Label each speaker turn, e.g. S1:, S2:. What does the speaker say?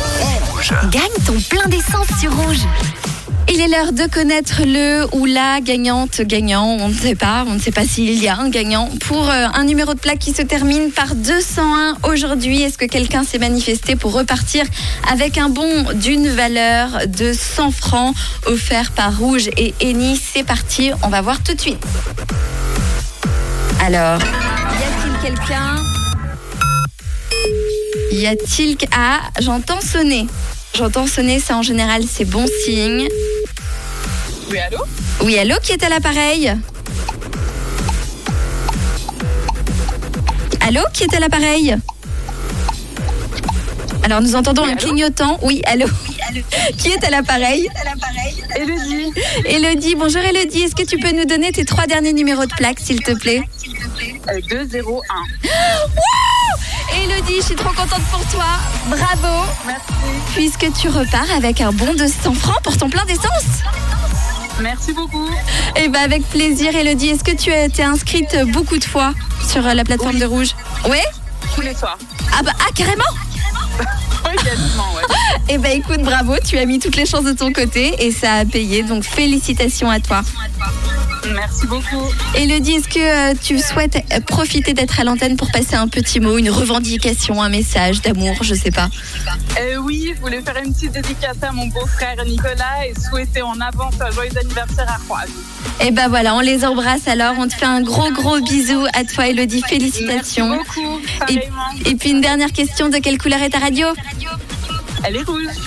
S1: Rouge.
S2: Gagne ton plein d'essence sur rouge. Il est l'heure de connaître le ou la gagnante, gagnant, on ne sait pas, on ne sait pas s'il y a un gagnant, pour euh, un numéro de plaque qui se termine par 201 aujourd'hui. Est-ce que quelqu'un s'est manifesté pour repartir avec un bon d'une valeur de 100 francs offert par Rouge et Eni C'est parti, on va voir tout de suite. Alors, y a-t-il quelqu'un Y a-t-il... qu- Ah, j'entends sonner. J'entends sonner, ça en général c'est bon signe.
S3: Oui, allô
S2: Oui, allô, qui est à l'appareil Allô, qui est à l'appareil Alors, nous entendons un clignotant. Oui, allô. Qui est à l'appareil
S3: Elodie
S2: Elodie, bonjour Elodie, est-ce que tu peux nous donner tes trois derniers numéros de plaque, s'il te plaît
S3: euh, 201.
S2: Elodie, je suis trop contente pour toi. Bravo,
S3: Merci.
S2: puisque tu repars avec un bon de 100 francs pour ton plein d'essence.
S3: Merci beaucoup.
S2: Eh bien, avec plaisir, Elodie. Est-ce que tu as été inscrite beaucoup de fois sur euh, la plateforme de Rouge Oui
S3: Tous les soirs.
S2: Ah bah, ah, carrément
S3: Oui, quasiment, ouais.
S2: Eh ben écoute, bravo, tu as mis toutes les chances de ton côté et ça a payé, donc félicitations à toi.
S3: Merci beaucoup.
S2: Elodie, est-ce que euh, tu souhaites euh, profiter d'être à l'antenne pour passer un petit mot, une revendication, un message d'amour, je sais pas.
S3: Euh, oui, je voulais faire une petite dédicace à mon beau-frère Nicolas et souhaiter en avance un joyeux anniversaire à Croise.
S2: Eh ben voilà, on les embrasse alors, on te fait un gros gros bisou à toi Elodie,
S3: Merci
S2: félicitations.
S3: beaucoup. Pareillement.
S2: Et puis une dernière question, de quelle couleur est ta radio
S3: Elle est rouge.